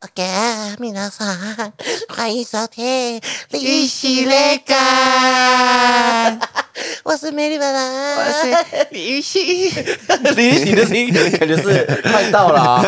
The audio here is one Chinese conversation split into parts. OK，米娜桑，欢迎收听《利息那个》，我是美丽本人，我是李玉玺，李玉玺的声音 感觉是快到了 啊，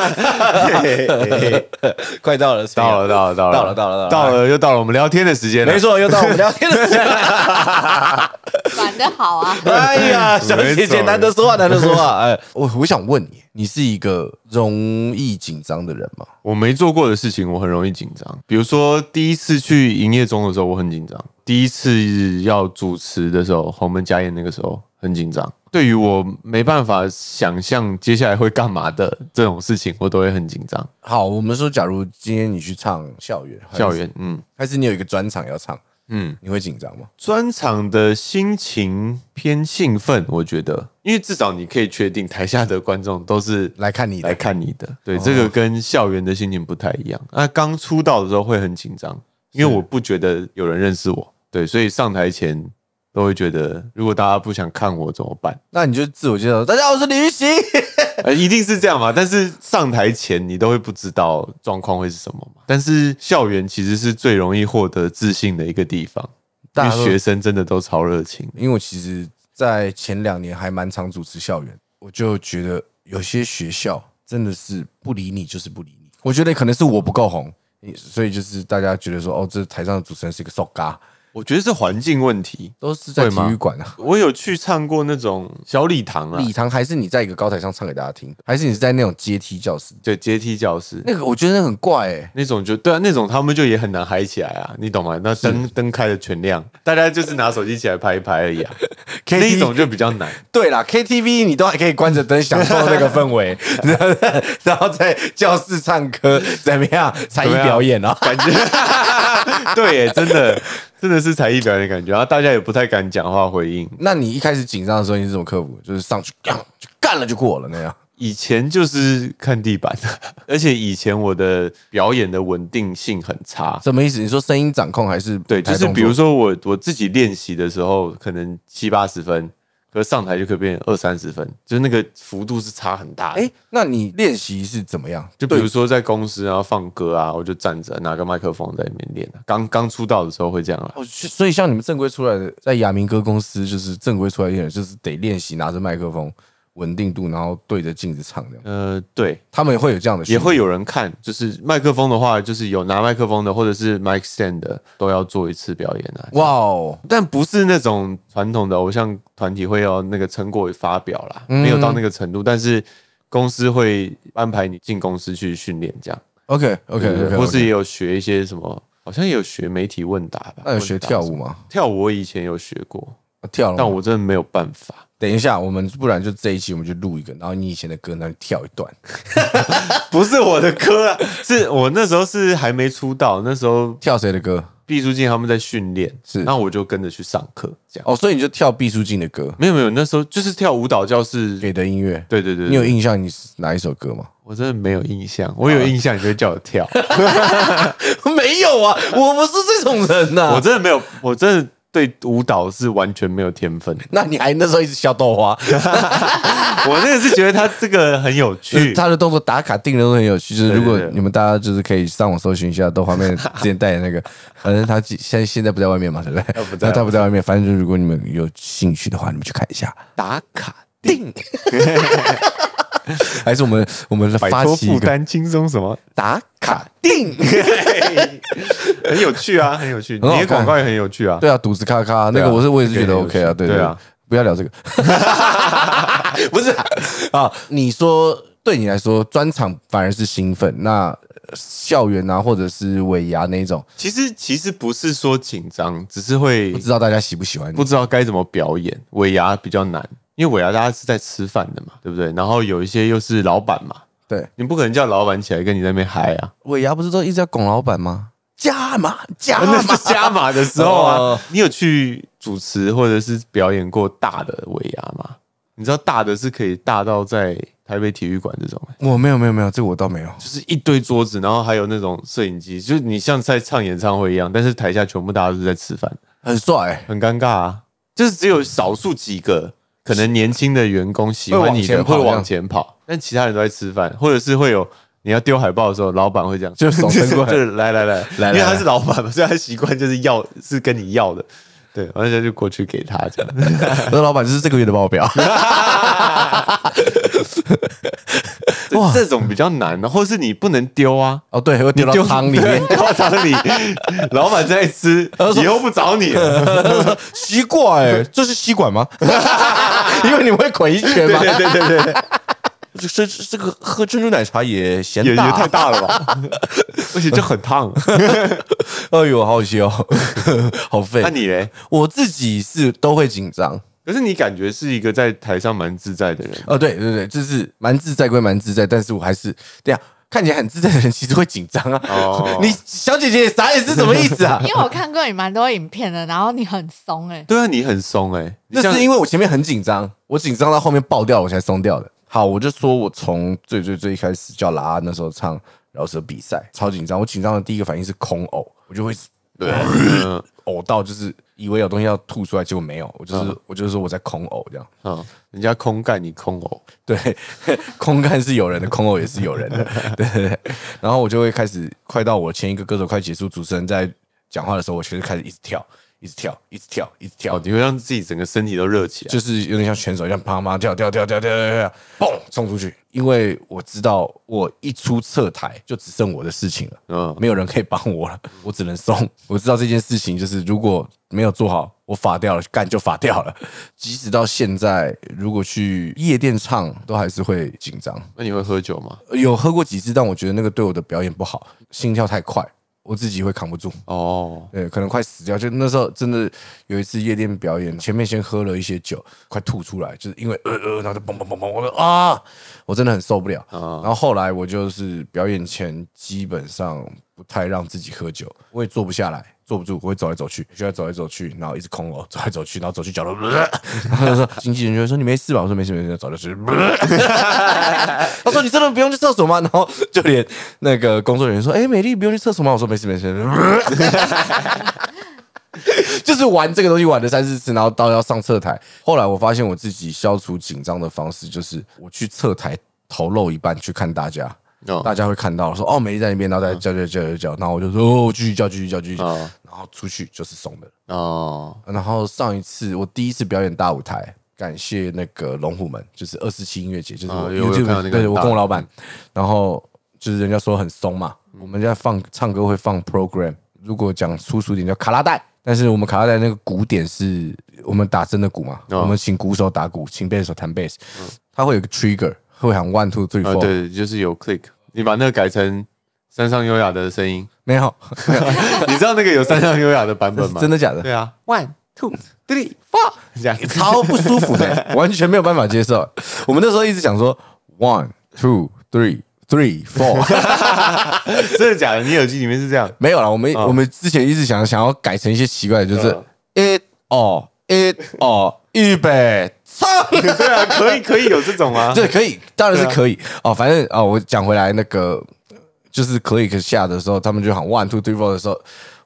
快到了，到了，到了，到到了到了，了到到了了，又到了我们聊天的时间了。没，错，又到我们聊天的时间了。玩的好啊！哎呀，小姐姐难得说话，难得说话。哎，我我想问你，你是一个容易紧张的人吗？我没做过的事情，我很容易紧张。比如说第一次去营业中的时候，我很紧张；第一次要主持的时候，鸿门家宴那个时候很紧张。对于我没办法想象接下来会干嘛的这种事情，我都会很紧张。好，我们说，假如今天你去唱校园，还是校园，嗯还是你有一个专场要唱，嗯，你会紧张吗？专场的心情偏兴奋，我觉得，因为至少你可以确定台下的观众都是来看你的哦来看你的。对，这个跟校园的心情不太一样。那刚出道的时候会很紧张，因为我不觉得有人认识我，对，所以上台前都会觉得，如果大家不想看我怎么办？那你就自我介绍，大家好，我是李玉玺。呃，一定是这样嘛。但是上台前你都会不知道状况会是什么嘛。但是校园其实是最容易获得自信的一个地方，因大为家都学生真的都超热情的。因为我其实，在前两年还蛮常主持校园，我就觉得有些学校真的是不理你就是不理你。我觉得可能是我不够红，所以就是大家觉得说，哦，这台上的主持人是一个瘦嘎，我觉得是环境问题。都是在会体吗育馆啊。我有去唱过那种小礼堂啊，礼堂还是你在一个高台上唱给大家听，还是你是在那种阶梯教室？对阶梯教室那个我觉得那很怪哎、那种就对啊，那种他们就也很难嗨起来啊，你懂吗？那灯灯开的全亮，大家就是拿手机起来拍一拍而已 啊。那一种就比较 难，对啦，KTV 你都还可以关着灯享受那个氛围，然后 然后在教室唱 歌怎么样？才艺对啊表演啊？感觉 对耶，真的真的是才艺表演的感觉，然后大家也不太敢讲话回应。那你一开始紧张的时候，你是怎么克服？就是上去干就干了就过了那样。以前就是看地板， 而且以前我的表演的稳定性很差，什么意思？你说声音掌控还是对，就是比如说说我我自己练习的时候，可能七八十分，可是上台就可以变二三十分，就是那个幅度是差很大的。哎、那你练习是怎么样？就比如说在公司然后放歌啊，我就站着拿个麦克风在里面练啊。刚刚出道的时候会这样啦，哦，就所以像你们正规出来的，在亚明哥公司就是正规出来的艺人，就是得练习拿着麦克风。稳定度，然后对着镜子唱这样，呃，对，他们也会有这样的训也练，会有人看。就是麦克风的话，就是有拿麦克风的或者是 mic stand 的都要做一次表演啊。哇哦，但不是那种传统的偶像团体会要那个成果发表啦，嗯没有到那个程度，但是公司会安排你进公司去训练这样。 OK OK 对对 OK，或是也有学一些什么，好像也有学媒体问答吧。那有呃学问答跳什舞么？吗？跳舞我以前有学过，啊跳了吗，但我真的没有办法。等一下，我们不然就这一期我们就录一个，然后你以前的歌，然后你跳一段。不是我的歌啊， 是我那时候是还没出道，那时候跳谁的歌？毕书尽他们在训练，是那我就跟着去上课，这样。哦，所以你就跳毕书尽的歌，没有没有，那时候就是跳舞蹈教室。给的音乐。对对对，你有对印象你是哪一首歌 吗？我真的没有印象，我有印象你就叫我跳，没有啊，我不是这种人呐、 我真的没有，我真的对舞蹈是完全没有天 分的。那你还那时候一直笑豆花，我真的是觉得他这个很有趣，他的动作打卡定的都很有趣。就是对如对果对你们大家就是可以上网搜寻一下豆花妹之前带的那 个，反正他现在现在不在外面嘛，对不对？不在那他不在外面，反正就是如果你们有兴趣的话，你们去看一下。打卡定， 还是我们我们摆发脱起一负个担，轻松什么？打卡定。很有趣 啊，很有趣。很你好看的广告也很有趣啊。 对啊，肚子咔咔，那对啊个我是我也是觉得这个也 OK 有啊，趣对对啊，不要聊这个， 不是啊啊，你说对你来说专场反而是兴奋，那呃校园啊或者是尾牙那种，其实其实不是说紧张，只是会不知道大家喜不喜欢你不知道该怎么表演。尾牙比较难，因为尾牙大家是在吃饭的嘛，对不对？然后有一些又是老板嘛，对，你不可能叫老板起来跟你在那边嗨啊。尾牙不是都一直要拱老板吗？呃加码加 那码是，加码的时候啊哦，你有去主持或者是表演过大的尾牙吗？你知道大的是可以大到在台北体育馆这种、我没有没有没有，这个我倒没有。就是一堆桌子，然后还有那种摄影机，就是你像在唱演唱会一样，但是台下全部大家都是在吃饭，很帅、欸，很尴尬啊。就是只有少数几个可能年轻的员工喜欢你的会会往前跑往前跑，但其他人都在吃饭，或者是会有你要丢海报的时候，老板会这样，就手伸过来 就是来来来来因为他来是老板嘛，所以他习惯就是要是跟你要的，对，然后现在就过去给他这样。我呃说老板，这是这个月的报表。 哇这种比较难，啊或是你不能丢啊， 哦，对，我丢到丢汤里面 对。丢到汤里，老板在吃，以后不找你了。吸管、欸，这是吸 管吗？因为你们会滚一圈对嘛。对对对对，这 这这个喝珍珠奶茶也嫌也也大，太大了吧， 而且就很烫。哎呦，好笑， 好废。那你嘞？我自己是都会紧张。可是你感觉是一个在台上蛮自在的人，哦，对对对，就是蛮自在归蛮自在，但是我还是对呀，看起来很自在的人其实会紧张啊。哦你小姐姐傻眼是什么意思 啊因？为我看过你蛮多影片的，然后你很松哎、对啊，你很松哎、你那像是因为我前面很紧张，我紧张到后面爆掉，我才松掉的。好，我就说我从最最最一开始叫拉那时候唱饶舌比赛，超紧张。我紧张的第一个反应是空呕，我就会对、嗯呕到就是以为有东西要吐出来，结果没有，我就是、我就是说我在空呕这样。嗯，人家空干你空呕，对， 空干是有人的，空呕也是有人的。对对对，然后我就会开始快到我前一个歌手快结束，主持人在讲话的时候，我就开始一直跳，一直跳，一直跳，一直跳哦，，你会让自己整个身体都热起来。就是有点像选手一样，啪啪跳跳跳跳跳跳跳，嘣冲出去。因为我知道我一出侧台就只剩我的事情了，嗯没有人可以帮我了，我只能送。我知道这件事情就是如果没有做好，我罚掉了，干就罚掉了。即使到现在，如果去夜店唱，都还是会紧张。那你会喝酒吗？有喝过几次，但我觉得那个对我的表演不好，心跳太快，我自己会扛不住。哦，对，可能快死掉。就那时候真的有一次夜店表演，前面先喝了一些酒，快吐出来，就是因为呃呃，然后就嘣嘣嘣嘣，我说啊，我真的很受不了。然后后来我就是表演前基本上不太让自己喝酒，我也坐不下来。坐不住，我会走来走去，就要走来走去，然后一直空哦，走来走去，然后走去角落， 然后就说经纪人就会说你没事吧？我说没事没事，走来走去， 他说你真的不用去厕所吗？然后就连那个工作人员说，哎、美丽不用去厕所吗？我说没事没事， 就是玩这个东西玩了三四次，然后到要上侧台。后来我发现我自己消除紧张的方式就是我去侧台头露一半去看大家。哦大家会看到说哦，美丽在那边，然后再叫叫叫叫叫，然后我就说哦，继续叫，继续叫，继续叫，嗯然后出去就是松的。哦，然后上一次我第一次表演大舞台，感谢那个龙虎门，就是二四七音乐节，就是啊我有我有看到 YouTube，那个对我大跟我老板，然后就是人家说很松嘛，我们家放唱歌会放 program，如果讲粗俗一点叫卡拉带，但是我们卡拉带那个鼓点是我们打真的鼓嘛，哦我们请鼓手打鼓，请贝斯手弹贝斯，他会有个 trigger，会喊 one two three 啊 four，对，就是有 click，你把那个改成山上优雅的声音， 没有，你知道那个有山上优雅的版本 吗？真的假的？对啊，one two three four，这样超不舒服的， 完全没有办法接受。我们那时候一直想说 one two three three four， 真的假的？你耳机里面是这样？没有了。我们、我们之前一直想想要改成一些奇怪的，就是嗯 it 哦 it 哦，预备唱， 对啊，可以可以有这种 啊，对，可以，当然是可以哦。反正哦，我讲回来那个就是 click 下的时候，他们就喊 one two three four 的时候，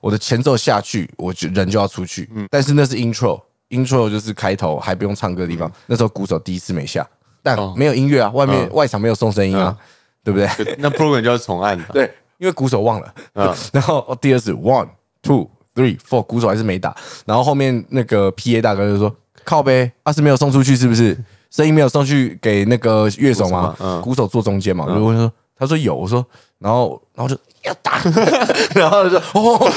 我的前奏下去，我就人就要出去。嗯但是那是 intro。intro 就是开头，还不用唱歌的地方。那时候鼓手第一次没下，但嗯哦没有音乐啊，外面、嗯外场没有送声音啊，对不对？那 program 就要重按了。对，因为鼓手忘了。嗯 然后哦第二次 one two three four，鼓手还是没打。然后后面那个 P A 大哥就说：“靠呗，啊是没有送出去是不是？声音没有送去给那个乐手吗鼓手嘛？嗯鼓手坐中间嘛。”我就问他说：“他说有。”我说：“然后然后就要打， 然后就哦，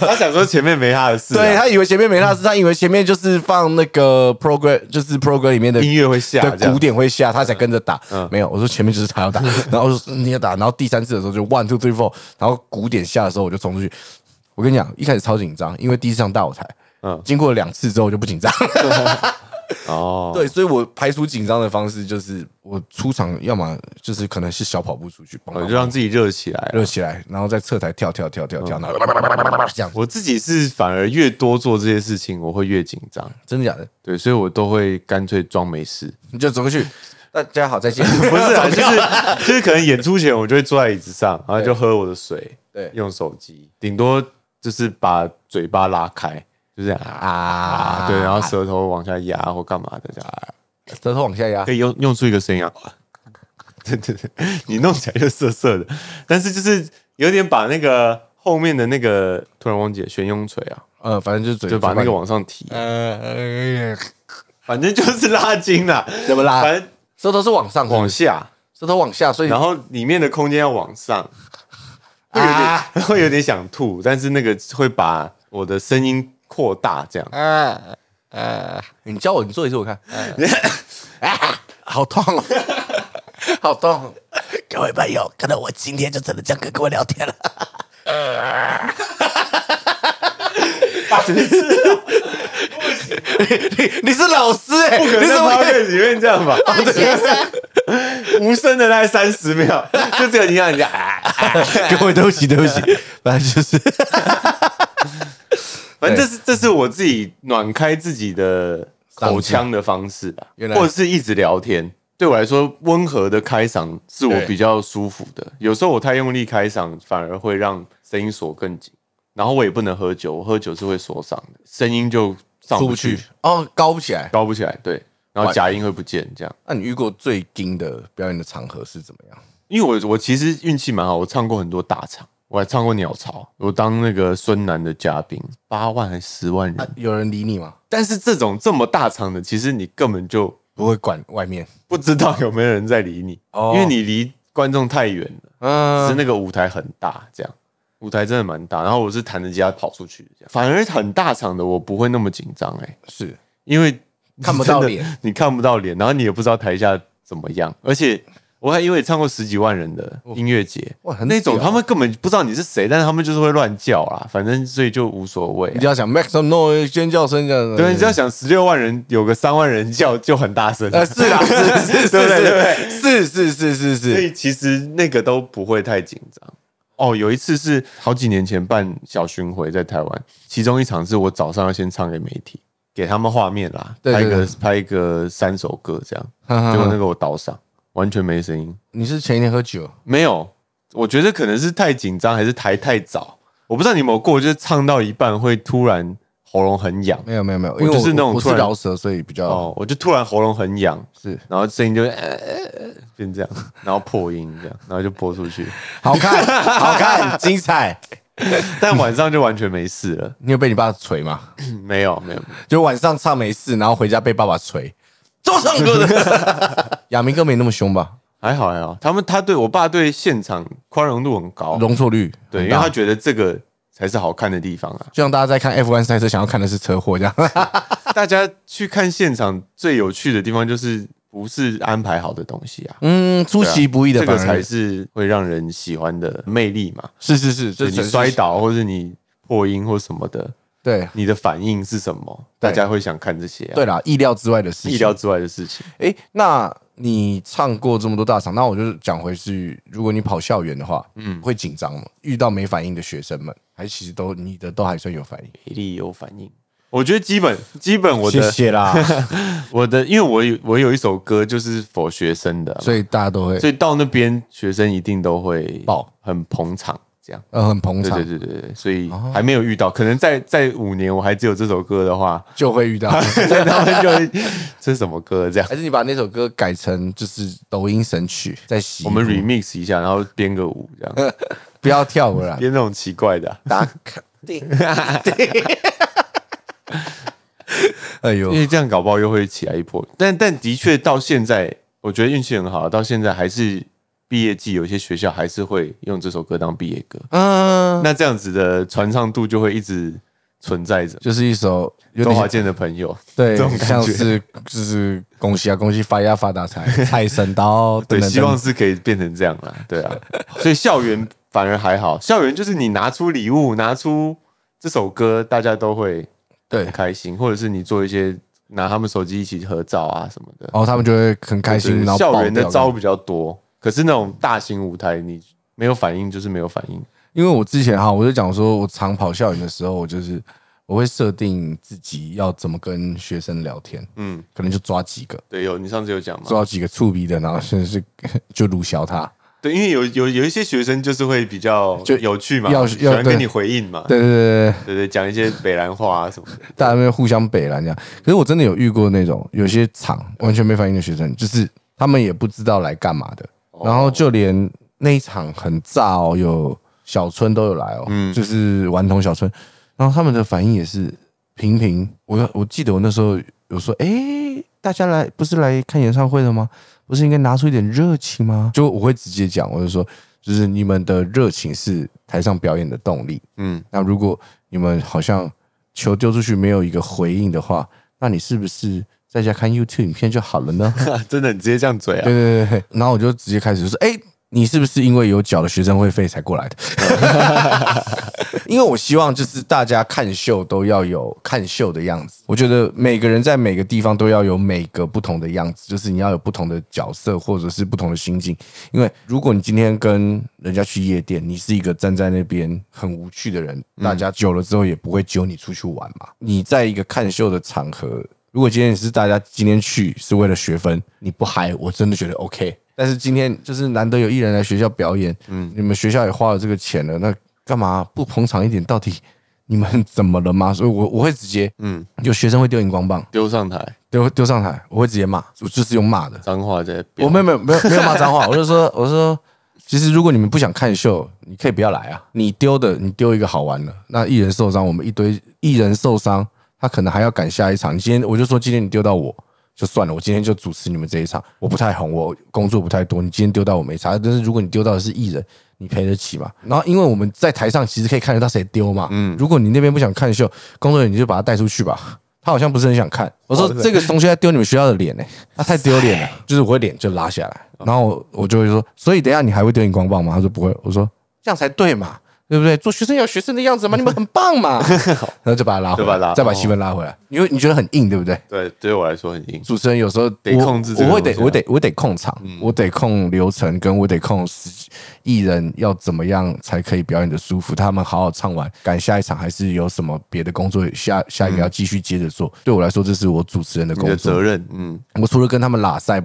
他想说前面没他的事啊，对他以为前面没拉丝，他以为前面就是放那个 program，就是 program 里面的音乐会下这对，样鼓点会下，他才跟着打。没有，我说前面就是他要打，然后我说嗯你要打，然后第三次的时候就 one two three four，然后鼓点下的时候我就冲出去。我跟你讲，一开始超紧张，因为第一次上大舞台，嗯经过了两次之后我就不紧张。哦，对，所以我排除紧张的方式就是我出场，要么就是可能是小跑步出去，我哦就让自己热起来了。热起来，然后在侧台跳跳跳跳跳，然后这样，我自己是反而越多做这些事情，我会越紧张，真的假的？对，所以我都会干脆装 没事。你就走过去，大家好，再见。不是啊，就是就是可能演出前，我就会坐在椅子上，然后就喝我的水，对用手机，顶多就是把嘴巴拉开，就这样啊，啊对，然后舌头往下压或干嘛的，这样舌头往下压可，以用用出一个声音啊， 对对对，你弄起来就涩涩的，但是就是有点把那个后面的那个突然忘记了旋雍锤啊，呃，反正就是嘴就把那个往上提，呃反正就是拉筋啦，怎么反啦？正舌头是往上，往下，舌头往下，所以然后里面的空间要往上，会有点、啊 会有点想吐，但是那个会把我的声音扩大，这样哎呃呃，你教我，你做一次我看。 啊，好痛哦， 好痛哦！各位朋友，可能我今天就只能这样跟各位聊 天了。你你是老师哎、可你能在怎么可以？ podcast 里面这 样吧，大学生，无声的大概三十秒，就只有你让人家、啊， 各位对不起对不 起，反正就是反正这是这是我自己暖开自己的口腔的方式吧，原来或者是一直聊天。对我来说，温和的开嗓是我对比较舒服的。有时候我太用力开嗓，反而会让声音锁更紧。然后我也不能喝酒，我喝酒是会锁嗓的，声音就上出不不去去，哦，高不起来。高不起来。对，然后假音会不见这样。那、你遇过最惊的表演的场合是怎么样？因为我我其实运气蛮好，我唱过很多大场，我还唱过鸟巢，我当那个孙楠的嘉宾，八万还十万人。啊，有人理你吗？但是这种这么大场的，其实你根本就不会管外面，不知道有没有人在理你，哦因为你离观众太远了，只是嗯，那个舞台很大，这样舞台真的蛮大。然后我是弹着吉他跑出去，这样反而很大场的我不会那么紧张哎，是因为看不到真的脸，你看不到脸，然后你也不知道台下怎么样，而且。我还因为唱过十几万人的音乐节，哇很那种屌啊他们根本不知道你是谁，但是他们就是会乱叫啦，反正所以就无所谓啊、你呃只要想 make some noise 尖叫声这样子，对，你只要想十六万人有个三万人叫就很大声，啊呃是啦，是是是 对不对对不是是是是是所是，以其实那个都不会太紧张。哦，有一次是好几年前办小巡回在台湾，其中一场是我早上要先唱给媒体，给他们画面啦，对拍对一个对拍一个三首歌这样，结果那个我倒嗓，完全没声音，嗯你是前一天喝酒，没有。我觉得可能是太紧张，还是抬太早，我不知道你有没有过，就是唱到一半会突然喉咙很痒，没有没有没有，我因为就是那种我是突然饶舌，所以比较哦，我就突然喉咙很痒，是然后声音就、呃呃呃变这样，然后破音这样，然后就播出去， 好看好看精彩。但晚上就完全没事了，嗯你有被你爸锤吗？没有没有，就晚上唱没事，然后回家被爸爸锤，怎么唱歌的？亚明哥没那么凶吧？ 还好还好，他们他对我爸对现场宽容度很高，容错率对，很因为大，他觉得这个才是好看的地方啊就像大家在看 F1 赛车，想要看的是车祸这样。大家去看现场最有趣的地方就是不是安排好的东西啊。嗯，出对啊其不意的这反个而才是会让人喜欢的魅力嘛。是是是，就就是你摔倒，或是你破音或什么的，对你的反应是什么？对大家会想看这些、啊，对啦，意料之外的事情。意料之外的事情。哎，那你唱过这么多大场，那我就讲回去，如果你跑校园的话，嗯，会紧张吗？遇到没反应的学生们，还其实都你的都还算有反应。美丽有反应，我觉得基本基本我的 啦，我的，因为我有我有一首歌就是否学生的，啊所所以大家都会以，到那边学生一定都会爆很捧场，这样。呃很捧对场对，对对对，所以还没有遇到，可能在在五年我还只有这首歌的话， 就会遇到。那他们就 会这是什么歌这样还？是你把那首歌改成就是抖音神曲，再洗我们 remix 一下，然后编个舞这样，不要跳舞了啦，编那种奇怪的啊、打卡。 哎呦因，为这样搞不好又会起来一波。但但的确到现在，我觉得运气很好，到现在还是毕业季，有些学校还是会用这首歌当毕业歌。嗯，那这样子的传唱度就会一直存在着。就是一首有周点华像健的朋友，对这种，感像觉是就是恭喜啊，恭喜发呀发大财，财神到， 等对，等希望是可以变成这样啦。对啊，所以校园反而还好，校园就是你拿出礼物，拿出这首歌，大家都会对很，开心，或者是你做一些拿他们手机一起合照啊什么的，然后他们就会很开就心，是然后爆校园的掉招比较多，可是那种大型舞台你没有反应就是没有反应。因为我之前哈，我就讲说，我长跑校园的时候，我就是我会设定自己要怎么跟学生聊天，嗯，可能就抓几个，对，有你上次有讲嘛？抓几个触鼻的，然后甚至是 就鲁小他，对，因为有有有一些学生就是会比较就有趣嘛，要喜欢要对跟你回应嘛，对对对对，对对，讲一些北兰话啊什么的。大家会互相北拦这样。可是我真的有遇过那种有些场完全没反应的学生，就是他们也不知道来干嘛的，然后就连那一场很炸哦，有小春都有来哦，就是顽童小春，然后他们的反应也是平平。我我记得我那时候有说，诶，大家来不是来看演唱会的吗？不是应该拿出一点热情吗？就我会直接讲，我就说，就是你们的热情是台上表演的动力。嗯，那如果你们好像球丢出去没有一个回应的话，那你是不是在家看 YouTube 影片就好了呢？ 真的，你直 接这样嘴啊对？对对，对，然后我就直接开始就说：“哎、你是不是因为有缴了学生会费才过来的？”因为我希望就是大家看秀都要有看秀的样子。我觉得每个人在每个地方都要有每个不同的样子，就是你要有不同的角色或者是不同的心境。因为如果你今天跟人家去夜店，你是一个站在那边很无趣的人，大家久了之后也不会揪你出去玩嘛。你在一个看秀的场合，如果今天你是大家今天去是为了学分，你不嗨，我真的觉得 OK。但是今天就是难得有艺人来学校表演，嗯，你们学校也花了这个钱了，那干嘛不捧场一点？到底你们怎么了吗？ 所以我我会直接，嗯，有学生会丢荧光棒，丢上台，丢丢上台，我会直接骂，我就是用骂的。脏话在我没有没有没有没有骂脏话， 我就说我说，其实如果你们不想看秀，你可以不要来啊。你丢的你丢一个好玩的，那艺人受伤，我们一堆艺人受伤，他可能还要赶下一场。你今天我就说今天你丢到我就算了，我今天就主持你们这一场，我不太红，我工作不太多，你今天丢到我没差。但是如果你丢到的是艺人。你赔得起嘛？然后，因为我们在台上其实可以看得到谁丢嘛。嗯，如果你那边不想看秀，工作人员你就把他带出去吧。他好像不是很想看。哦我说这个同学在丢你们学校的脸 呢、他太丢脸了。就是我会脸就拉下来，哦然后我我就会说，所以等一下你还会丢荧光棒吗？他说不会。我说这样才对嘛，对不对？做学生要学生的样子嘛，你们很棒 嘛。然后就把他拉回就把他来，拉哦再把气氛拉回来，因为你觉得很硬，对不对？对，对我来说很硬。主持人有时候得我控制这个我会东西得啊嗯我得我得控场，我得控流程，跟我得控时艺人要怎么样才可以表演的舒服，他们好好唱完，赶下一场还是有什么别的工作，下下一个要继续接着做。对我来说，这是我主持人的嗯你工的作责。任，嗯，我除了跟他们拉塞，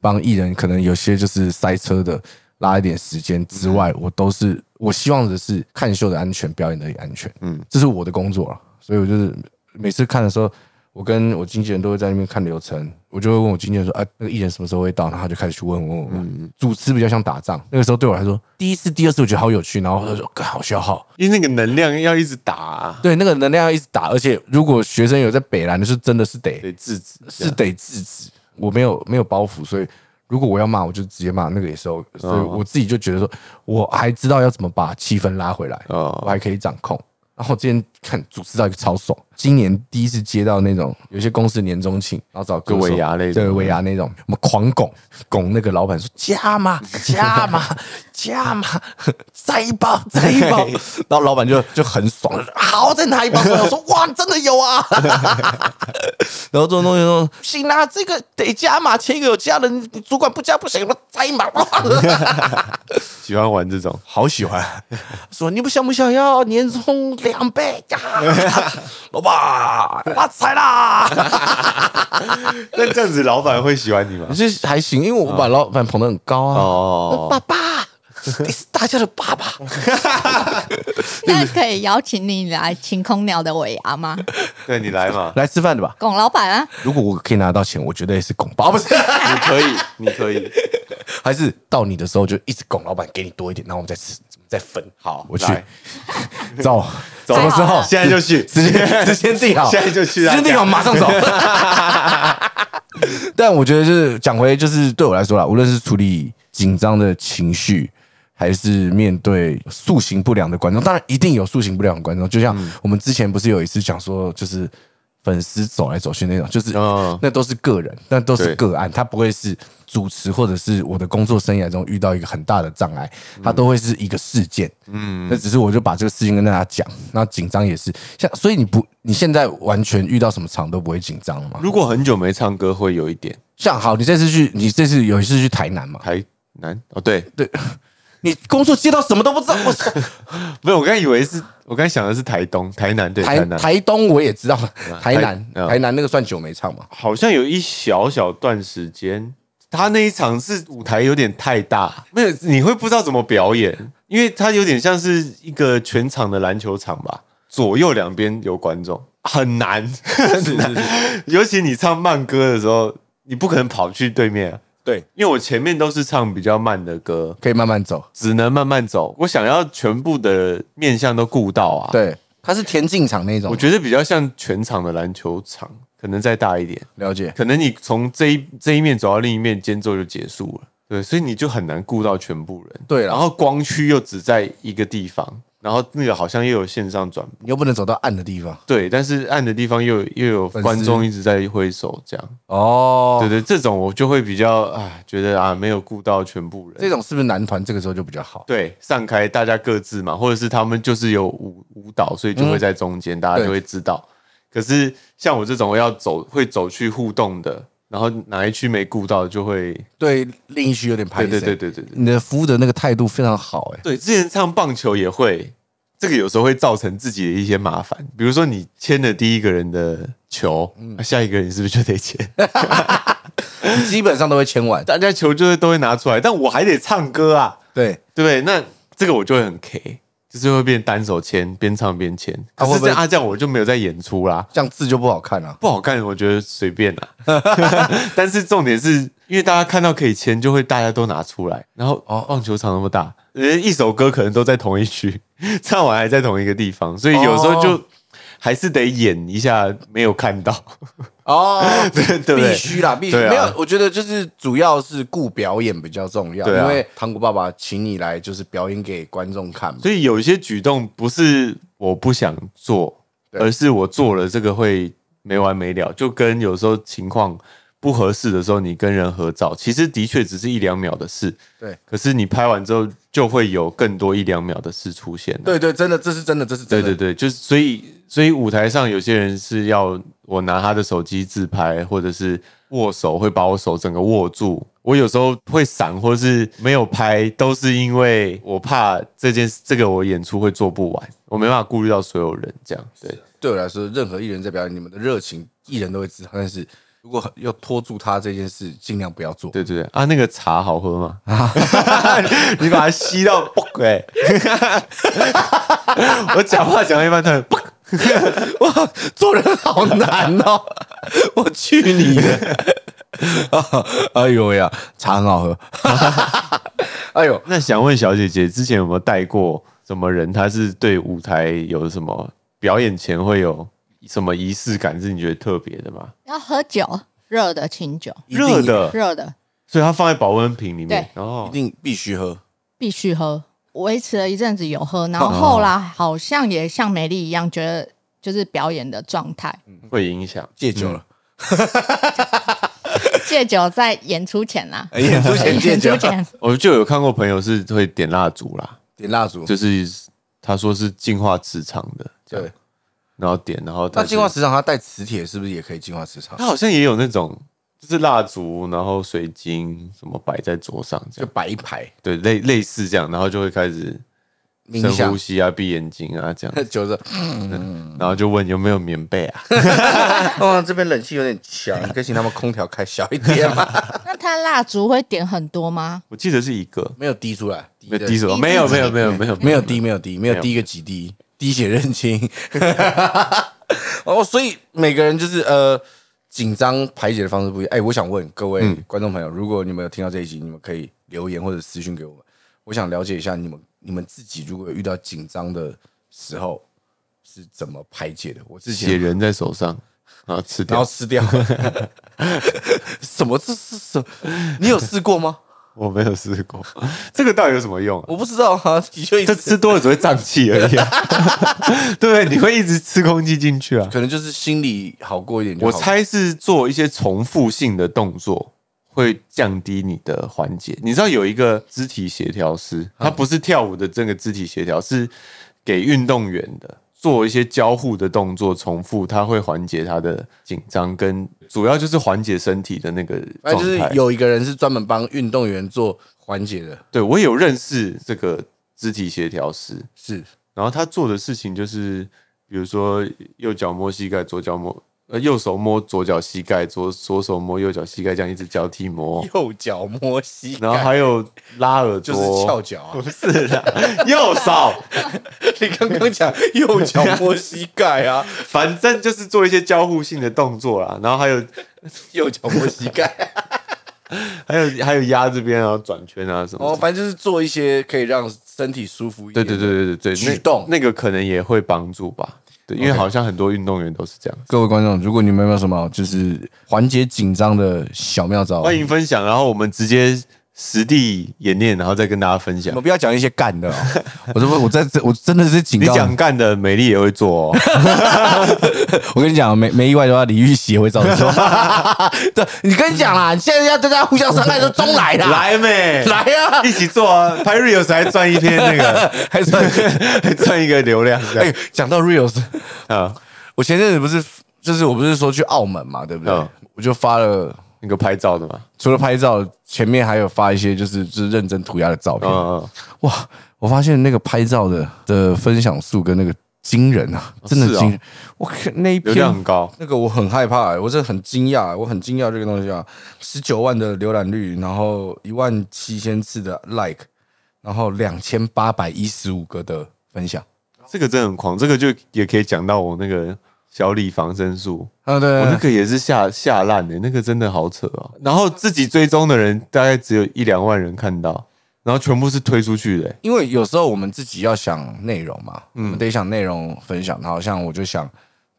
帮艺人可能有些就是塞车的拉一点时间之外，我都是我希望的是看秀的安全，表演的也安全，嗯，这是我的工作了，所以我就是每次看的时候。我跟我经纪人都会在那边看流程，我就会问我经纪人说：“哎、那个艺人什么时候会到？”然后他就开始去问问我们。主持比较像打仗，那个时候对我来说，第一次、第二次我觉得好有趣，然后他说：“干好消耗。”因为那个能量要一直打、啊，对，那个能量要一直打，而且如果学生有在北兰的，是真的是得得制止。是得制止。我没有没有包袱，所以如果我要骂，我就直接骂那个也是 OK。所以我自己就觉得说，我还知道要怎么把气氛拉回来，哦我还可以掌控。然后我之前看主持到一个超爽，今年第一次接到那种有些公司年终庆，然后找各就尾牙那种对尾牙那种，我们狂拱拱那个老板说加 嘛加嘛加嘛，再一包再一包，然后老板就就很爽，就说好再拿一包回来，我说哇真的有啊，然后这种东西说行啦，这个得加嘛，前一个有加的，你主管不加不行，我再买。喜欢玩这种， 好喜欢，说你不想不想要年终两倍 呀、老板发财啦！那这样子老板会喜欢你吗？这还行，因为我把老板捧得很高啊。哦，爸爸，你是大家的爸爸。那可以邀请你来晴空鸟的尾牙吗？对你来嘛， 来吃饭的吧？龚老板啊，如果我可以拿到钱，我绝对是拱哦包，不是？ 你可以，你可以，还是到你的时候就一直拱老板，给你多一点，然后我们再吃，我们再分。 好，我去来，走，走太的好时候了现在就去，直接直接定好，现在就去直啊接定好，马上走。但我觉得就是讲回，就是对我来说啦，无论是处理紧张的情绪，还是面对塑形不良的观众，当然一定有塑形不良的观众。就像嗯我们之前不是有一次讲说，就是粉丝走来走去那种，就是嗯那都是个人，那都是对个案，他不会是主持或者是我的工作生涯中遇到一个很大的障碍，它都会是一个事件。嗯，那只是我就把这个事情跟大家讲，那紧张也是像，所以你不你现在完全遇到什么场都不会紧张了吗？如果很久没唱歌，会有一点像好，你这次去，你这次有一次去台南嘛？台南哦，对，你工作接到什么都不知道，我操没有，我刚以为是，我刚想的是台东、台南，对，台台南，啊台东我也知道，台南嗯台南那个算久没唱嘛？好像有一小小段时间，他那一场是舞台有点太大，没有你会不知道怎么表演，因为他有点像是一个全场的篮球场吧，左右两边有观众，很难，很难尤其你唱慢歌的时候，你不可能跑去对面、啊。对，因为我前面都是唱比较慢的歌，可以慢慢走。只能慢慢走。我想要全部的面向都顾到啊。，对，它是田径场那种，我觉得比较像全场的篮球场，可能再大一点。了解。可能你从这一这一面走到另一面，间奏就结束了。对，所以你就很难顾到全部人。对啦然后光区又只在一个地方，然后那个好像又有线上转播，你又不能走到暗的地方对，但是暗的地方又有又有粉丝观众一直在挥手，这样。哦对对，这种我就会比较啊，觉得啊没有顾到全部人。这种是不是男团这个时候就比较好？对散开，大家各自嘛，或者是他们就是有舞舞蹈，所以就会在中间，大家就会知道。可是像我这种要走会走去互动的，然后哪一区没顾到就会，对，另一区有点排对斥。对对对对对你的服务的那个态度非常好，哎，对，之前唱棒球也会，这个有时候会造成自己的一些麻烦，比如说你牵了第一个人的球，那、下一个人是不是就得牵？欸你基本上都会签完。大家球就会都会拿出来，但我还得唱歌啊，对，对不对？那这个我就会很 K。就是会变单手签，边唱边签。可啊会是不这会样啊，这样我就没有在演出啦。这样字就不好看了。不好看，我觉得随便啦。 但是重点是因为大家看到可以签，就会大家都拿出来。然后哦，棒球场那么大，人一首歌可能都在同一区， 唱完还在同一个地方，所以有时候就还是得演一下没有看到， 哦，对 对不必对？须啦，必须对啊没有。我觉得就是主要是顾表演比较重要，对啊因为糖果爸爸请你来就是表演给观众看嘛。所以有一些举动不是我不想做，对而是我做了这个会没完没了。就跟有时候情况不合适的时候，你跟人合照，其实的确只是一两秒的事，对，可是你拍完之后，就会有更多一两秒的事出现。对对，真的，这是真的，这是真对的。对对，就是所以所以舞台上有些人是要我拿他的手机自拍，或者是握手会把我手整个握住。我有时候会闪，或是没有拍，都是因为我怕这件这个我演出会做不完，我没办法顾虑到所有人这样。对对我来说，任何艺人在表演，你们的热情，艺人都会知道。但是如果要拖住他这件事，尽量不要做。对对对啊，那个茶好喝吗？啊 你把它吸到 嘣哎！我讲话讲到一半，突然 嘣。哇，做人好难哦！ 我去你的！ 啊哎呦喂呀，茶很好 喝。哎呦，那想问小姐姐，之前有没有带过什么人？她是对舞台有什么表演前会有什么仪式感？是你觉得特别的吗？要喝酒，热的清酒，一定热的，热的所以它放在保温瓶里面哦对。然一后定必须喝。必须喝。维持了一阵子有喝，然后后来好像也像美丽一样，觉得就是表演的状态。会影响。戒酒嗯了，戒酒在演出前啦，哎演出前戒演酒出，前我就有看过朋友是会点蜡烛啦，点蜡烛。就是他说是净化磁场的，这样对，然后点，然后但那哦是净化磁场，它带磁铁是不是也可以净化磁场 它？好像也有那种就是蜡烛，然后水晶什么摆在桌上这就样，摆一排对，类类似这样，然后就会开始冥深想 呼，吸啊，闭眼睛啊这样。酒 是，然后就问有没有棉被啊？ 哇，这边冷气有点强，可以请他们空调开小一点吗？那他蜡烛会点很多吗？我记得是一个， 没有滴出来，没有的滴什么，没有没有没有没有没有滴，没有滴，没有滴个几滴，滴血认亲。哦，所以每个人就是呃，紧张排解的方式不一样。哎，我想问各位观众朋友，如果你们有听到这一集，你们可以留言或者私讯给我们。我想了解一下你们你们自己如果有遇到紧张的时候是怎么排解的。我之前血人在手上啊，吃然后掉。吃掉，什么这是什？你有试过吗？我没有试过，这个到底有什么用啊？我不知道啊，的确一这直吃多了只会胀气而已、啊， 对不对？你会一直吃空气进去啊。可能就是心里好过一点就我好。猜是做一些重复性的动作会降低你的缓解。你知道有一个肢体协调嗯师，他不是跳舞的这个肢体协调，是给运动员的。做一些交互的动作重复，他会缓解他的紧张，跟主要就是缓解身体的那个那状哎就是态。有一个人是专门帮运动员做缓解的，对我有认识这个肢体协调师，是然后他做的事情就是，比如说右脚摸膝盖，左脚摸呃右手摸左脚膝盖，左左手摸右脚膝盖，这样一直交替摸。右脚摸膝哦然后还有拉 耳朵，就是翘脚啊！不是啦，右手，你刚刚讲右脚摸膝盖啊， 反正就是做一些交互性的动作啦。然后还有 右脚摸膝盖，还有还有压这边啊，转圈啊什么哦，的。反正就是做一些可以让身体舒服一对点。对对对对对，那举动那个可能也会帮助吧。对，因为 OK 好像很多运动员都是这样。各位观众，如果你们有没有什么就是缓解紧张的小妙招，啊欢迎分享，然后我们直接实地演练，然后再跟大家分享我们。不要讲一些干的、哦， 我这我在这我真的是警你告讲干的，美丽也会 做哦。我跟你讲，没没意外的话，李玉玺也会照着做。 对，你跟你讲啦，你现在要大家互相伤害，就中来啦， 来哎妹，来啊，一起做啊！拍 reels 还赚一篇那个， 还算。还赚一个流量这哎、样讲到 reels，啊。我前阵子不是，就是我不是说去澳门嘛，对不对？嗯我就发了，那个拍照的嘛，除了拍照，前面还有发一些就是就是认真涂鸦的照片。嗯，哇，我发现那个拍照的的分享数跟那个惊人啊，真的是哦惊人。我看那一流篇量很高，那个我很害怕、欸，我真的很惊讶、我很惊讶这个东西啊，十九万的浏览率，然后一万七千次的 like，然后两千八百一十五个的分享。这个真的很狂，这个就也可以讲到我那个小李防身术，啊，对我对那对，个也是下下烂的、那个真的好扯啊。然后自己追踪的人大概只有一两万人看到，然后全部是推出去的、因为有时候我们自己要想内容嘛，嗯我们得想内容分享，然后像我就想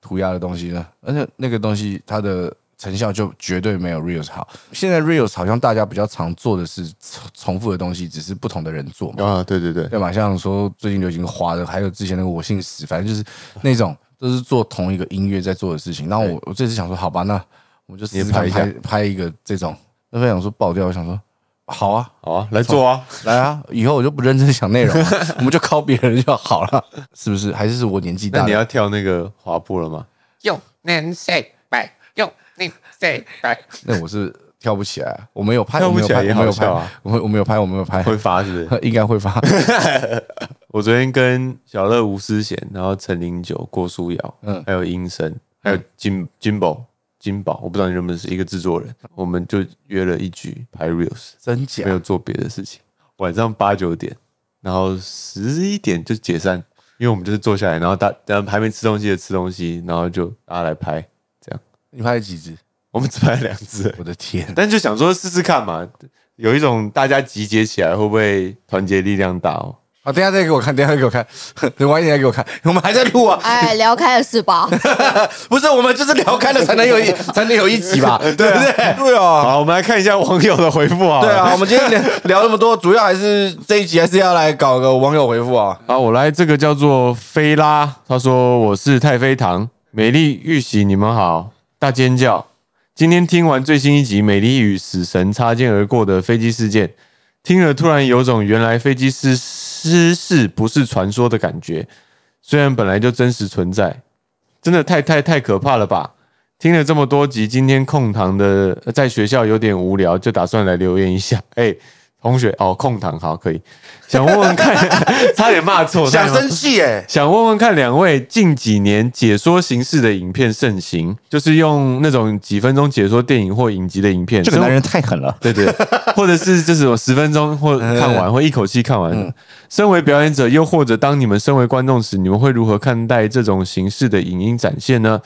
涂鸦的东西呢，而且那个东西它的成效就绝对没有 reels 好。现在 reels 好像大家比较常做的是重重复的东西，只是不同的人做嘛。啊，对对对，对嘛？像说最近流行花的，还有之前那个我姓史，反正就是那种都是做同一个音乐在做的事情。然后我我这次想说，好吧，那我就试试看你也拍拍一拍一个这种。那分享说爆掉，我想说好啊，好啊，来做啊，来啊，以后我就不认真想内容 了，我们就靠别人就好了，是不是？还是是我年纪那大你了？要跳那个滑步了吗？用能谁摆？用你谁摆？那我是跳不起来啊，我没有拍，跳不起来我没有也拍好笑啊我没有拍，我没我没有拍，我没有拍，会发是不 是？应该会发。我昨天跟小乐、吴思贤，然后陈零九、郭书瑶，嗯嗯，还有英生，还有金金宝、金宝，我不知道你认不认识一个制作人，我们就约了一局拍 reels，真假没？有做别的事情。晚上八九点，然后十一点就解散，因为我们就是坐下来，然后大家还没吃东西的吃东西，然后就大家来拍，你拍了几支？我们只拍了两次，我的天！但就想说试试看嘛，有一种大家集结起来会不会团结力量大哦？好，啊等一下再给我看，等一下再给我看， 等晚一点再给我看，我们还在录啊。哎，聊开了是吧？不是，我们就是聊开了才能有 一才能有一集吧，对不对？对啊，好，我们来看一下网友的回复啊。对啊，我们今天聊聊那么多，主要还是这一集还是要来搞个网友回复啊。好，我来这个叫做菲拉，他说我是太妃糖，美丽玉玺，你们好，大尖叫！今天听完最新一集美丽与死神擦肩而过的飞机事件，听了突然有种原来飞机是失事不是传说的感觉，虽然本来就真实存在，真的太太太可怕了吧！听了这么多集，今天空堂的呃在学校有点无聊，就打算来留言一下。哎、同学哦，空堂好可以，想问问看， 差点骂错，差想点骂错生气哎，想问问看两位，近几年解说形式的影片盛行，就是用那种几分钟解说电影或影集的影片，生人太狠了。对对，或者是就是我十分钟或看完，或一口气看完。身为表演者，又或者当你们身为观众时，你们会如何看待这种形式的影音展现呢？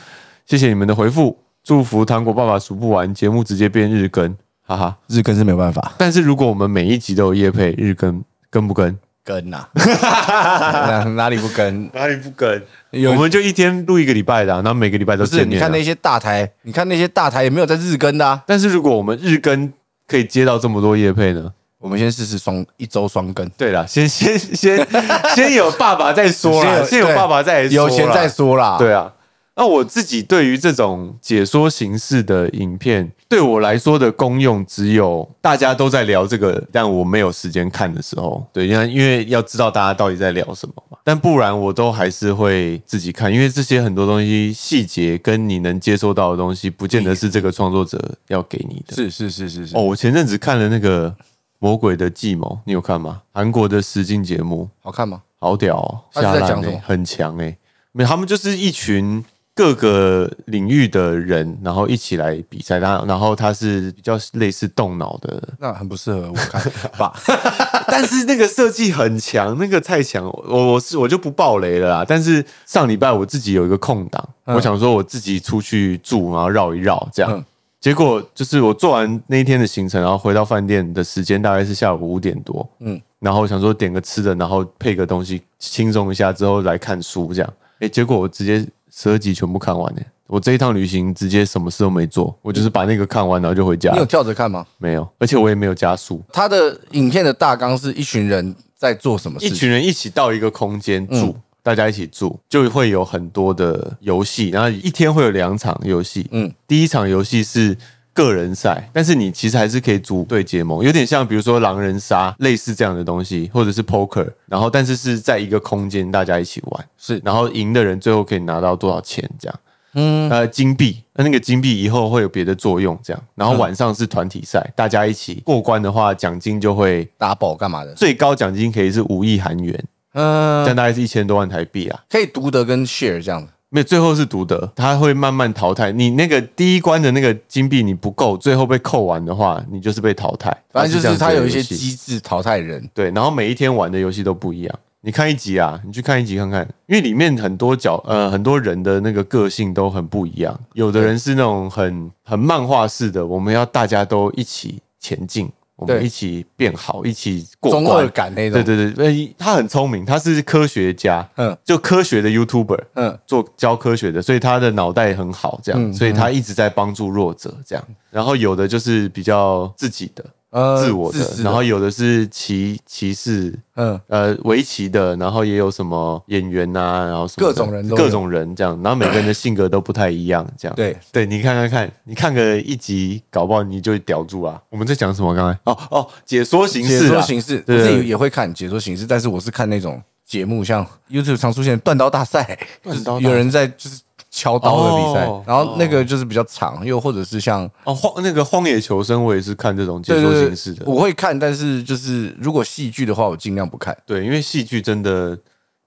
谢谢你们的回复，祝福糖果爸爸数不完，节目直接变日更，哈哈。日更是没办法但是如果我们每一集都有夜配日更，更不更？跟啊呐，哪 哪里不跟？哪里不更？有我们就一天录一个礼拜的啊、然后每个礼拜都不是，见你面、看那啊。些大台，你看那些大台也没有在日更的啊。但是如果我们日更可以接到这么多夜配呢？我们先试试双一周双更，对啦，先先先 先有爸爸再说啦，先有对爸爸再说有啦钱再说啦。对啊，那我自己对于这种解说形式的影片，对我来说的功用只有大家都在聊这个，但我没有时间看的时候，对，因为因为要知道大家到底在聊什么嘛。但不然我都还是会自己看，因为这些很多东西细节跟你能接收到的东西，不见得是这个创作者要给你的。是是是是是哦，，我前阵子看了那个《魔鬼的计谋》，你有看吗？韩国的实境节目，好看吗？好屌、哦，他是下在烂讲什欸么很强哎、没有，他们就是一群各个领域的人，然后一起来比赛。然后，然后他是比较类似动脑的，那很不适合我看 吧。 但是那个设计很强，那个太强，我我是我就不爆雷了啦。但是上礼拜我自己有一个空档，我想说我自己出去住，然后绕一绕这样。嗯嗯结果就是我做完那一天的行程，然后回到饭店的时间大概是下午五点多，嗯，然后我想说点个吃的，然后配个东西轻松一下之后来看书这样，诶，结果我直接十二集全部看完诶，我这一趟旅行直接什么事都没做，我就是把那个看完然后就回家嗯你有了，跳着看吗？没有，而且我也没有加速，他的影片的大纲是一群人在做什么事一情，群人一起到一个空间住，嗯大家一起住，就会有很多的游戏，然后一天会有两场游戏。嗯嗯，第一场游戏是个人赛，但是你其实还是可以组队结盟，有点像比如说狼人杀类似这样的东西，或者是 poker，然后但是是在一个空间大家一起玩，是然后赢的人最后可以拿到多少钱这样。嗯呃，金币，那那个金币以后会有别的作用，这样。然后晚上是团体赛，大家一起过关的话，奖金就会打宝干嘛的？最高奖金可以是五亿韩元，这嗯，样大概是一千多万台币啊。可以独得跟 share 这样的。没有，最后是独得，它会慢慢淘汰。你那个第一关的那个金币你不够，最后被扣完的话，你就是被淘汰。反正就是它他有一些机机制淘汰人，对，然后每一天玩的游戏都不一样。你看一集啊，你去看一集看看，因为里面很多角呃很多人的那个个性都很不一样。有的人是那种很很漫画式的，我们要大家都一起前进，我们对一起变好，一起过中关二。感那种。对对对，呃他很聪明，他是科学家，嗯就科学的 YouTuber，嗯，做教科学的，所以他的脑袋很好，这样，所以他一直在帮助弱者这样。然后有的就是比较自己的、嗯呃自我的，私然后有的是骑骑士。嗯，呃，围棋的，然后也有什么演员呐、然后什么各的种人都有各种人这样，然后每个人的性格都不太一样，这样。对对，你看看看，你看个一集，搞不好你就屌住啊！我们在讲什么？刚才哦哦，解说形解式说啊，形式，我对自己也会看解说形式，但是我是看那种节目，像 YouTube 常出现断刀大赛，就 断是刀大赛有人在就是敲刀的比赛哦，然后那个就是比较长，又或者是像哦荒那个荒野求生，我也是看这种解说形式的。我会看，但是就是如果戏剧的话，我尽量不看。对，因为戏剧真的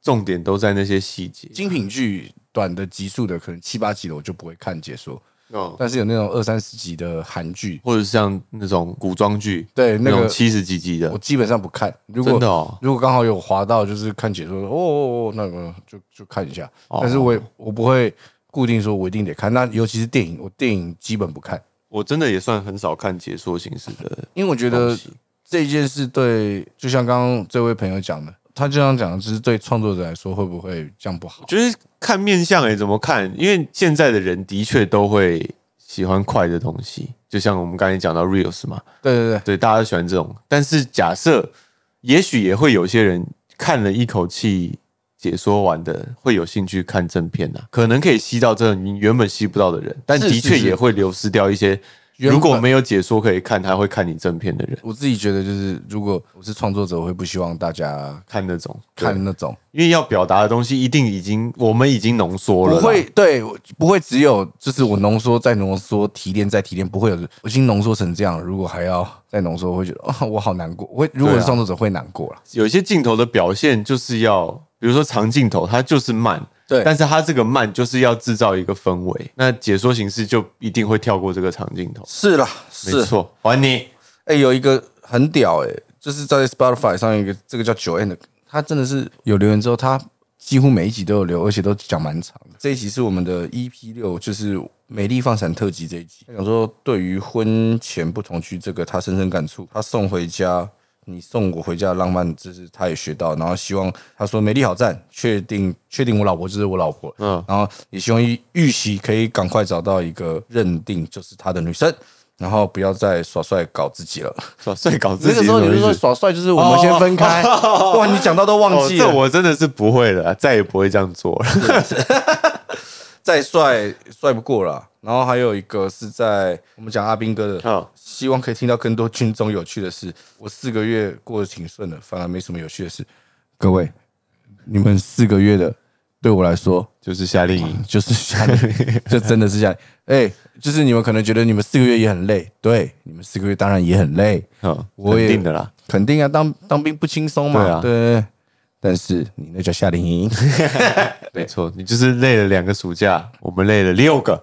重点都在那些细节。精品剧短的集数的，可能七八集的我就不会看解说，哦，但是有那种二三十集的韩剧，或者像那种古装剧，对那那个种七十几集我的，基本上不看。如果真的哦。如果刚好有滑到，就是看解说，哦哦哦，那个就就看一下。但是我也我不会固定说，我一定得看。那尤其是电影，我电影基本不看，我真的也算很少看解说形式的因为我觉东得西。这件事对，就像刚刚这位朋友讲的，他这样讲，就是对创作者来说会不会这样不好？就是看面相哎、怎么看？因为现在的人的确都会喜欢快的东西，就像我们刚才讲到 reels 嘛，对对对，对，大家都喜欢这种。但是假设，也许也会有些人看了一口气解说完的，会有兴趣看正片啊，可能可以吸到这种你原本吸不到的人，但是的是确是也会流失掉一些。原本如果没有解说可以看，他会看你正片的人我自己觉得就是，如果我是创作者，我会不希望大家看那种看对那种因为要表达的东西一定已经我们已经浓缩了不啦，会，对，我不会只有就是我浓缩再浓缩，提炼再提炼，不会有我已经浓缩成这样了，如果还要再浓缩，我会觉得哦，我好难过。我会如果对啊是创作者会难过了，有一些镜头的表现就是要，比如说长镜头，它就是慢。对但是它这个慢就是要制造一个氛围，那解说形式就一定会跳过这个长镜头。是啦，没错，还你。哎、有一个很屌哎、就是在 Spotify 上有一个这个叫九 N 的，他真的是有留言之后，他几乎每一集都有留，而且都讲蛮长的。这一集是我们的 EP 六，就是美丽放闪特辑这一集。他讲说，对于婚前不同居这个，他深深感触。他送回家，你送我回家的浪漫，这是他也学到。然后希望他说美丽好赞，确定确定我老婆就是我老婆。嗯然后也希望预预习可以赶快找到一个认定就是他的女生。然后不要再耍帅搞自己了。耍帅搞自己那是个什时候么意思。你就说耍帅，就是我们先分开。 哇，你讲到都忘哦，记了。这我真的是不会了，再也不会这样做了。再帅帅不过了。然后还有一个是在我们讲阿兵哥的嗯，希望可以听到更多军中有趣的事。我四个月过得挺顺的，反而没什么有趣的事。各位，你们四个月的对我来说就是夏令营，就是夏 令，就真的是夏令。哎、就是你们可能觉得你们四个月也很累，对，你们四个月当然也很累。嗯，我也肯定的啦。肯定啊，当当兵不轻松嘛，对啊对对对但是你那叫夏令营，没错，你就是累了两个暑假，我们累了六个。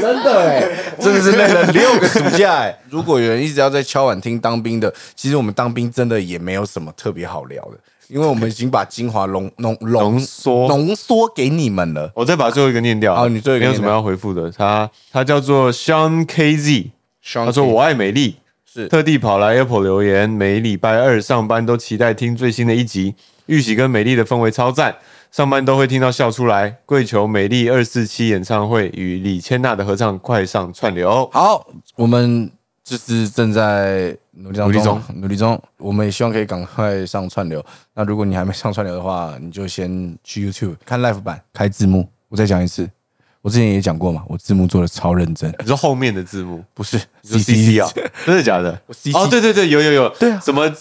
真的哎、 真的是累了六个暑假哎、如果有人一直要在敲碗听当兵的，其实我们当兵真的也没有什么特别好聊的，因为我们已经把精华浓浓 浓浓缩。浓缩给你们了。我再把最后一个念掉。好你最后一个没有念什掉么要回复的。他他叫做 Sean KZ，他他说我爱美丽，是特地跑来 Apple 留言，每礼拜二上班都期待听最新的一集。玉玺跟美丽的氛围超赞，上班都会听到笑出来。跪求美丽二四七演唱会与李千娜的合唱快上串流。好，我们就是正在努力当努力中中，努力中。我们也希望可以赶快上串流。那如果你还没上串流的话，你就先去 YouTube 看 Live 版，开字幕。我再讲一次，我之前也讲过嘛，我字幕做的超认真，你说后面的字幕不是你说 CC 啊？真的假的我 CC？哦，对对对，有有有，对啊，什么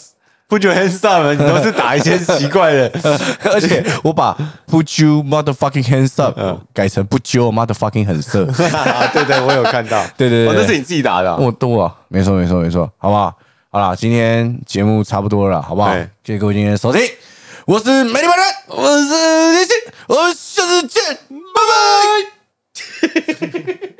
不觉得 hands up？你都是打一些奇怪的， 而且我把 Put you motherfucking hands up 改成不揪 motherfucking 很色。嗯 啊对对，我有看到， 对对对哦，那是你自己打的啊，我多啊，没错没错没错，好不好？好啦，今天节目差不多了，好不好对？谢谢各位今天的收听，我是美丽本人，我是林夕，我们下次见，拜拜。